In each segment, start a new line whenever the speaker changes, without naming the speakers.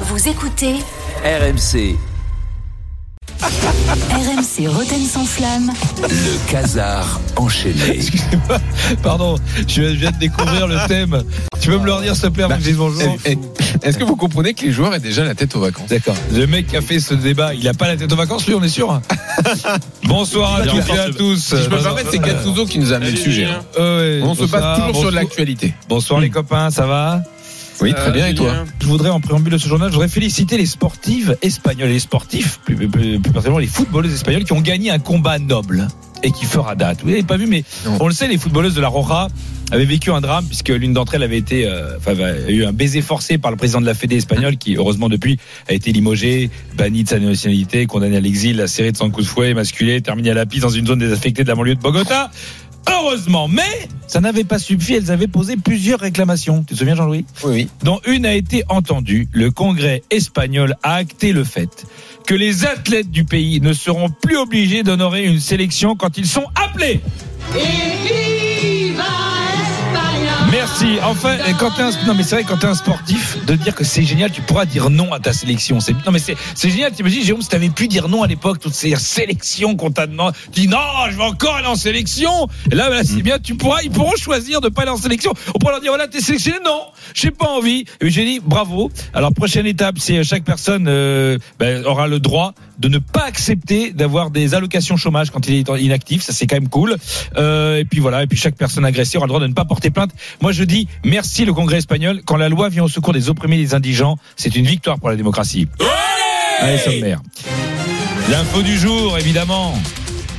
Vous écoutez
RMC,
RMC Roten sans flamme.
le casar enchaîné.
Excusez-moi, pardon, je viens de découvrir le thème. Tu peux me le redire, s'il te plaît, avant que je dise bonjour
Eh, eh, Est-ce que vous comprenez que les joueurs aient déjà la tête aux vacances
D'accord. Le mec qui a fait ce débat, il a pas la tête aux vacances, lui, on est sûr. hein Bonsoir à toutes et à tous.
Si je peux me permettre, c'est Gattuso qui nous a amené le sujet. hein.
Euh, ouais,
On se
bonsoir,
base toujours sur
bonsoir.
de l'actualité.
Bonsoir les copains, ça va
Oui, très bien, et toi
Je voudrais, en préambule de ce journal, je voudrais féliciter les sportives espagnoles, et les sportifs, plus, plus, plus particulièrement les footballeuses espagnoles, qui ont gagné un combat noble et qui fera date. Vous n'avez pas vu, mais
Non.
on le sait, les footballeuses de la Roja avaient vécu un drame puisque l'une d'entre elles avait été, euh, enfin, avait eu un baiser forcé par le président de la Fédé espagnole, qui heureusement depuis a été limogé, banni de sa nationalité, condamné à l'exil, lacéré de son coup de fouet, masculé, terminé à la piste dans une zone désaffectée de la banlieue de Bogota. Heureusement, mais ça n'avait pas suffi. Elles avaient posé plusieurs réclamations. Tu te souviens, Jean-Louis
Oui, oui.
dont une a été entendue, le Congrès espagnol a acté le fait que les athlètes du pays ne seront plus obligés d'honorer une sélection quand ils sont appelés. Merci. Enfin, et quand t'es un, non mais c'est vrai quand t'es un sportif de dire que c'est génial, tu pourras dire non à ta sélection. C'est non mais c'est c'est génial. T'imagines, Jérôme, si t'avais pu dire non à l'époque, toutes ces sélections qu'on t'a demandé, tu dis non, je vais encore aller en sélection. Et là, voilà, c'est bien, tu pourras, ils pourront choisir de pas aller en sélection. On pourra leur dire voilà, t'es sélectionné, non, j'ai pas envie. Et j'ai dit bravo. Alors prochaine étape, c'est euh, chaque personne euh, ben, aura le droit de ne pas accepter d'avoir des allocations chômage quand il est inactif. Ça, c'est quand même cool. Euh, et puis voilà. Et puis chaque personne agressée aura le droit de ne pas porter plainte. Moi, je dis merci le Congrès espagnol. Quand la loi vient au secours des opprimés et des indigents, c'est une victoire pour la démocratie. Allez, sommaire. L'info du jour, évidemment.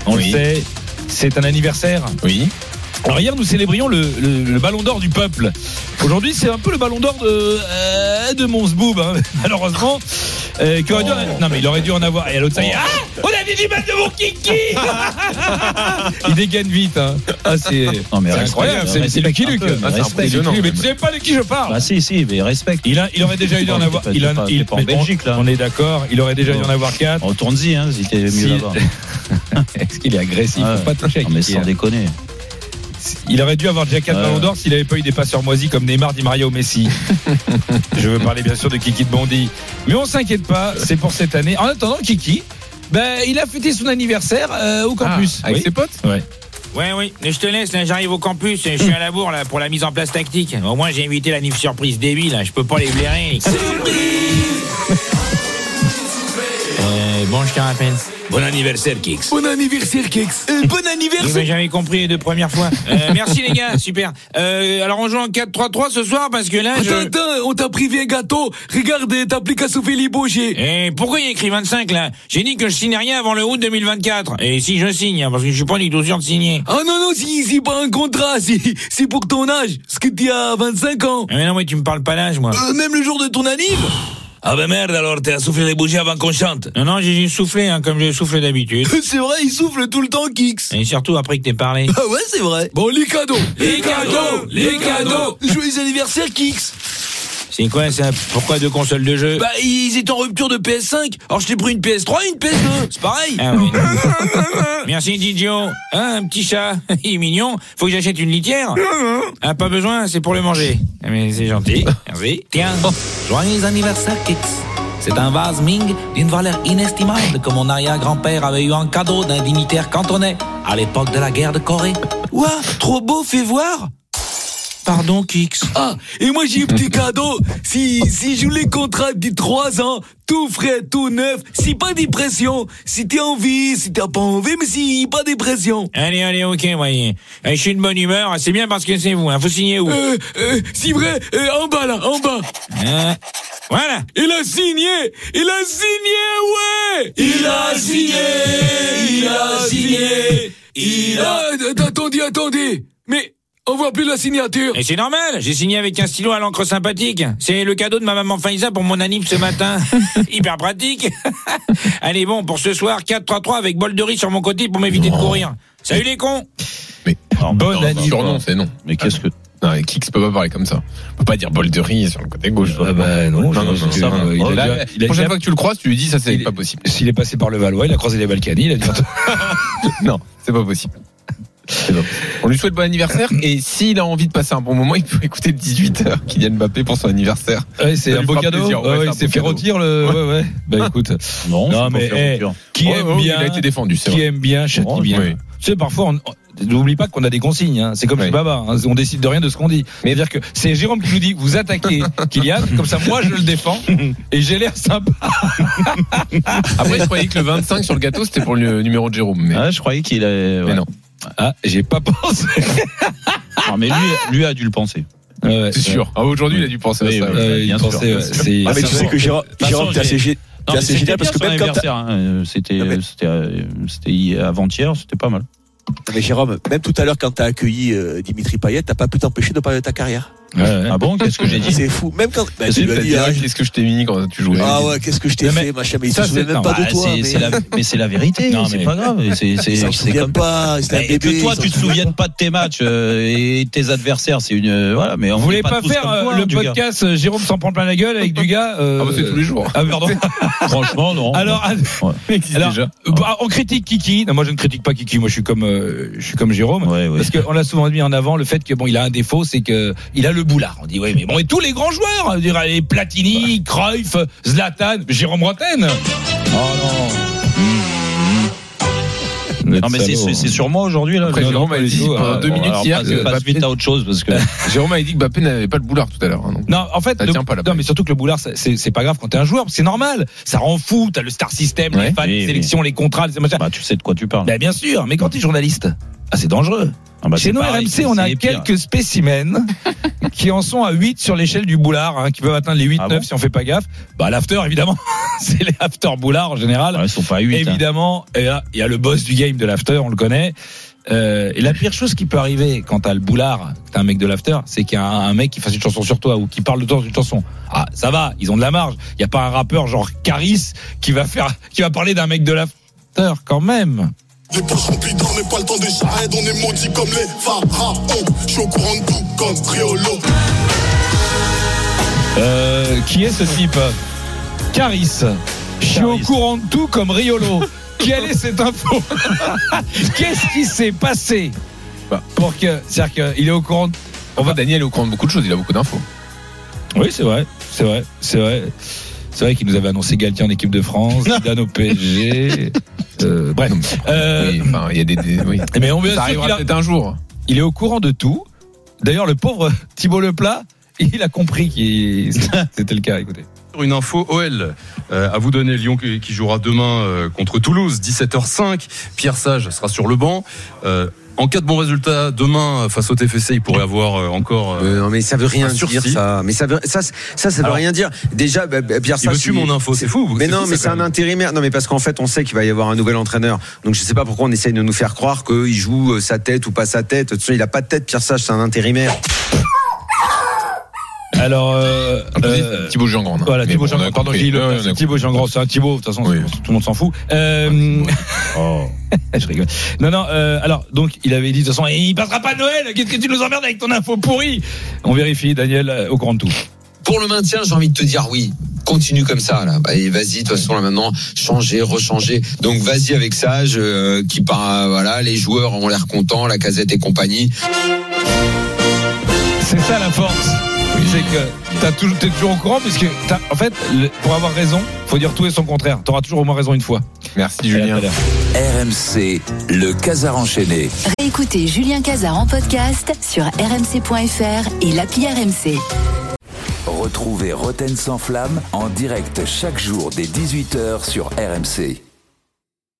On
Oui.
le sait. C'est un anniversaire.
Oui.
Alors hier, nous célébrions le, le- le ballon d'or du peuple. Aujourd'hui, c'est un peu le ballon d'or de, euh, de Mons Boub, hein, malheureusement. Euh, qui aurait dû en- Non, mais il aurait dû en avoir. Et à l'autre, ça y est. Ah On a dit du mal de mon kiki Il dégaine vite. Hein. Ah, c'est c'est incroyable. C'est c'est Lucky Luke.
Ah, c'est
C'est Lucky
impressionnant,
Luke. Mais
quand
tu sais pas de qui je parle.
Bah si, si, mais respecte.
Il, a, il aurait déjà eu d'en
T'es
avoir.
pas-
Il
t'es
en,
pas-
il,
t'es pas en
mais bon,
Belgique, là.
On est d'accord. Il aurait déjà dû en avoir quatre.
Retourne-y, hein, si t'es
Si-
mieux là-bas. Ah
Est-ce qu'il est agressif
Ouais.
Faut pas toucher à
Non, mais
Kiki,
sans
hein.
déconner.
Il aurait dû avoir déjà 4
Ouais.
ballons d'or s'il n'avait pas eu des passeurs moisis comme Neymar, Di Maria ou Messi. Je veux parler bien sûr de Kiki de Bondy. Mais on s'inquiète pas, c'est pour cette année. En attendant, Kiki, ben, il a fêté son anniversaire euh, au campus.
Ah, avec
Oui.
ses potes
Ouais, oui. Mais Je te laisse, là, j'arrive au campus. Je suis à la bourre, là, pour la mise en place tactique. Au moins, j'ai évité la nif surprise débile. là. Je peux pas les blairer. Euh, bon, je te rappelle.
Bon anniversaire, Kix. Bon anniversaire, Kix. Euh, bon
Oui,
anniversaire.
mais j'avais compris les deux premières fois. Euh, merci, les gars. Super. Euh, alors, on joue en 4-3-3 ce soir parce que là,
Attends,
je...
attends, on t'a privé un gâteau. Regarde euh, ta application Vélibo, j'ai.
Eh, pourquoi il y a écrit 25, là J'ai dit que je signais rien avant le août 2024. Et si je signe, hein, parce que je suis pas du tout sûr de signer.
Ah non, non, si, c'est pas un contrat, c'est c'est pour ton âge. Ce que tu as 25 ans.
Ah, Mais non, mais tu me parles pas l'âge, moi.
Euh, même le jour de ton anniv. Ah bah merde, alors t'as soufflé les bougies avant qu'on chante.
Non, non, j'ai juste soufflé, hein, comme je souffle d'habitude.
C'est vrai, il souffle tout le temps, Kix.
Et surtout après que t'aies parlé.
Ah ouais, c'est vrai. Bon, les cadeaux.
Les cadeaux, les cadeaux.
Joyeux anniversaire, Kix.
C'est quoi ça Pourquoi deux consoles de jeu
Bah, ils étaient en rupture de PS5. Alors je t'ai pris une PS3 et une PS2. C'est pareil.
Ah oui. Merci Didio. Ah, un petit chat, il est mignon. Faut que j'achète une litière. Ah, pas besoin, c'est pour le manger. Ah, Mais c'est gentil. Merci. Tiens.
Joyeux anniversaire, Kix. C'est un vase Ming d'une valeur inestimable que mon arrière-grand-père avait eu en cadeau d'un dignitaire cantonais à l'époque de la guerre de Corée.
Ouah, trop beau, fais voir.
Pardon, Kix.
Ah, et moi j'ai un petit cadeau. Si, si je les contrats d'ici 3 ans, tout frais, tout neuf, si pas de pression. Si t'as envie, si t'as pas envie, mais si pas de pression.
Allez, allez, ok, voyez. Eh, Je suis de bonne humeur, c'est bien parce que c'est vous. Hein. Faut signer où
Euh, euh, si vrai, euh, en bas là, en bas.
Hein Voilà.
Il a signé, il a signé, ouais. Il a signé, il a signé, il a. Euh, attendez, attendez. Mais on voit plus la signature.
Et c'est normal, j'ai signé avec un stylo à l'encre sympathique. C'est le cadeau de ma maman Faïza pour mon anime ce matin. Hyper pratique. Allez bon, pour ce soir, 4-3-3 avec bol de riz sur mon côté pour m'éviter
Oh.
de courir. Salut les cons
Bon
Oh, Non,
anniversaire.
Surnom, c'est non.
Mais qu'est-ce que.
Non, mais Kix peut pas parler comme ça. On peut pas dire bol de riz sur le côté gauche.
Ah bah non,
non, non,
je-
non,
ça,
non,
euh, il
non.
a déjà-
Là,
il a
la prochaine
déjà-
fois que tu le croises, tu lui dis ça, c'est
Il-
pas possible.
S'il est passé par le Valois, il a croisé les Balkany, il a dit
Non, c'est pas possible. On lui souhaite bon anniversaire et s'il a envie de passer un bon moment, il peut écouter le 18h Kylian Mbappé pour son anniversaire.
Ouais, c'est
Ça
un
lui
beau
fera
cadeau.
plaisir, ouais,
Ouais,
c'est
il
un
s'est
beau
fait
cadeau.
rôtir le. Ouais, ouais. Bah écoute.
Non,
Non,
c'est pas
mais,
faire
eh,
dur.
Qui
Oh,
aime
oh,
bien.
Il a été défendu, c'est
qui
vrai.
aime bien châtie
Oh,
bien.
oui.
Tu sais, parfois, on- on- n'oublie pas qu'on a des consignes. hein. C'est comme
Oui.
chez Baba. hein. On décide de rien de ce qu'on dit. Mais dire que c'est Jérôme qui nous dit vous attaquez Kylian, comme ça, moi, je le défends et j'ai l'air sympa.
Après, je croyais que le 25 sur le gâteau, c'était pour le numéro de Jérôme. Mais,
Ah, je croyais qu'il a.
mais non.
Ah, j'ai pas pensé.
Ah, mais lui, lui a dû le penser.
Ouais, ouais.
C'est sûr. Ah, Aujourd'hui, il a dû penser à
Oui,
ça.
oui.
ouais.
Euh, il
Bien sûr.
pensait, ouais, c'est-
Ah, mais tu
ça
sais
va.
que Jérôme,
façon,
Jérôme, t'es
j'ai-
assez gé-
Non,
t'es
mais
assez
c'était
génial parce
bien
que
son
même quand t'as-
anniversaire, hein. Euh, C'était
mais-
c'était, euh, c'était hier- avant-hier, c'était pas mal.
Mais Jérôme, même tout à l'heure quand t'as accueilli euh, Dimitri Payet, t'as pas pu t'empêcher de parler de ta carrière.
Ouais, ouais.
Ah bon Qu'est-ce que j'ai dit
C'est fou. Même quand. Bah, tu
si,
lui as
T'as
dit,
dit,
hein.
ah,
ah, qu'est-ce que je t'ai mis quand tu jouais
ah ouais, qu'est-ce que je t'ai
Non, mais
fait, machin, mais il se
ça,
souvient
c'est-
même pas
Bah,
de toi.
c'est- c'est
mais-
la- Mais c'est la vérité,
Non,
c'est
mais-
pas grave. C'est
Il s'en
c'est- c'est
souvient
comme
pas, c'est un
Et
bébé.
que toi,
il s'en
tu te
souvient
souviennes pas de tes matchs euh, et tes adversaires, c'est une. euh, Voilà, mais on
Vous voulez
n'est
pas,
tous
faire
comme
euh,
toi, hein,
le
du gars.
podcast euh, Jérôme s'en prend plein la gueule avec du gars euh,
Ah, bah, c'est tous les jours.
Ah, pardon.
Franchement, non.
Alors, ah,
Ouais.
alors,
déjà.
bah, on critique Kiki. Non, moi, je ne critique pas Kiki. Moi, je suis comme, euh, je suis comme Jérôme.
Ouais, ouais.
Parce qu'on l'a souvent mis en avant le fait que bon, il a un défaut, c'est que il a le boulard. On dit oui, mais bon, et tous les grands joueurs, on dirait les Platini, Cruyff, Zlatan, Jérôme Rotten.
Oh non. Non, mais c'est- c'est
hein.
c'est sur moi aujourd'hui, là.
Après,
Non,
Jérôme
non,
a
pas du
dit
tout,
pendant
hein.
deux
Bon,
minutes
alors,
hier
passe-
que
Euh,
Passe
Mbappé-
vite à autre chose parce que.
Jérôme a dit que Mbappé n'avait pas le boulard tout à l'heure. hein, donc.
Non, en fait,
Ça
le-
tient pas la
non,
blague.
mais surtout que le boulard, ça, c'est c'est pas grave quand t'es un joueur, c'est normal. Ça rend fou. T'as le star system, les
Ouais.
fans,
Oui,
les
oui.
sélections, les contrats, les machins.
Bah, tu sais de quoi tu parles.
Ben, bien sûr, mais quand t'es journaliste, ah, c'est dangereux.
Ah, bah,
Chez
c'est
nous,
pareil,
RMC,
c'est-
on a
c'est pire.
quelques spécimens qui en sont à 8 sur l'échelle du boulard, hein, qui peuvent atteindre les 8,
Ah
9
bon
si on fait pas gaffe. Bah, l'after, évidemment. c'est les after boulard en général.
Ah, Ils sont pas huit. hein.
Évidemment, et là, il y a le boss du game de l'after, on le connaît. Euh, et la pire chose qui peut arriver quand t'as le boulard, que t'as un mec de l'after, c'est qu'il y a un, un mec qui fasse une chanson sur toi ou qui parle de toi dans une chanson. Ah, ça va, ils ont de la marge. Il y a pas un rappeur genre Caris qui va faire, qui va parler d'un mec de l'after quand même.
Les poches remplies d'or, mais pas le temps des charades, on est maudits comme les pharaons. Je suis au courant de tout comme Triolo.
Euh, qui est ce type Caris. Je suis au
Caris.
courant de tout comme Riolo. Quelle est cette info Qu'est-ce qui s'est passé
Bah.
pour que, c'est-à-dire qu'il est au courant de
En fait, Daniel est au courant de beaucoup de choses, il a beaucoup d'infos.
Oui, c'est vrai, c'est vrai, c'est vrai. C'est vrai qu'il nous avait annoncé Galtier en équipe de France, Zidane au PSG. euh, bref. Euh,
Oui, enfin, il y a des. des- oui.
Mais on veut
Ça
qu'il
arrivera
a-
peut-être un jour.
il est au courant de tout. D'ailleurs, le pauvre Thibaut Leplat, il a compris que c'était le cas. Écoutez.
Une info OL euh, à vous donner. Lyon qui, qui jouera demain euh, contre Toulouse, 17h05. Pierre Sage sera sur le banc. Euh, en cas de bon résultat demain euh, face au TFC, il pourrait avoir euh, encore. euh,
Euh, non mais ça veut rien
Un
dire
sursis.
ça. Mais ça veut ça c'est- ça ça veut
Alors,
rien dire. Déjà bah, bah, Pierre
il me
Sage,
tue mon info, c'est fou.
Mais non,
fou,
mais
ça,
c'est
quand
un
même.
intérimaire. Non, mais parce qu'en fait, on sait qu'il va y avoir un nouvel entraîneur. Donc, je sais pas pourquoi on essaye de nous faire croire qu'il joue euh, sa tête ou pas sa tête. De toute façon, il a pas de tête. Pierre Sage, c'est un intérimaire.
Alors, euh, euh,
Thibaut Jean Grande.
voilà,
Mais
Thibaut
bon,
Jean
on a
Grand, pardon,
compris.
j'ai dit le-
Ouais, ouais, on a
Thibaut Jean Grand, c'est un Thibaut, de toute façon,
Oui. Ah,
tout le monde s'en fout. Euh, je rigole. Non, non, euh, alors, donc, il avait dit, de toute façon, il passera pas Noël, qu'est-ce que tu nous emmerdes avec ton info pourrie On vérifie, Daniel, euh, au courant de tout.
Pour le maintien, j'ai envie de te dire oui. Continue comme ça, là. Allez, vas-y, de toute façon, là, maintenant, changer, rechanger. Donc, vas-y avec ça, je, euh, qui part, euh, voilà, les joueurs ont l'air contents, la casette et compagnie.
C'est ça la force. C'est que t'as toujours, t'es toujours au courant puisque t'as- en fait, le- pour avoir raison, faut dire tout et son contraire. T'auras toujours au moins raison une fois.
compris. Merci Julien.
RMC, le Casar enchaîné.
Réécoutez Julien Cazard en podcast sur rmc.fr et l'appli RMC.
Retrouvez Roten sans flamme en direct chaque jour dès 18h sur RMC.